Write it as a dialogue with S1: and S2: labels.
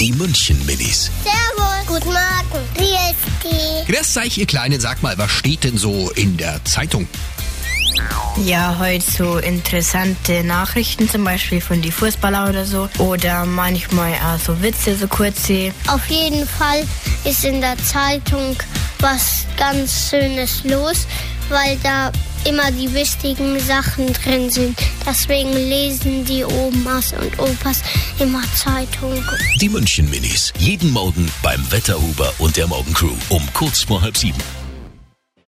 S1: Die München Minis.
S2: Servus. Guten Morgen. Wie ist die?
S1: Das sei ihr Kleinen, sag mal, was steht denn so in der Zeitung?
S3: Ja, heute so interessante Nachrichten, zum Beispiel von die Fußballer oder so. Oder manchmal auch so Witze, so kurze.
S2: Auf jeden Fall ist in der Zeitung was ganz Schönes los, weil da immer die wichtigen Sachen drin sind. Deswegen lesen die Omas und Opas immer Zeitung.
S1: Die München Minis. Jeden Morgen beim Wetterhuber und der Morgencrew um kurz vor halb sieben.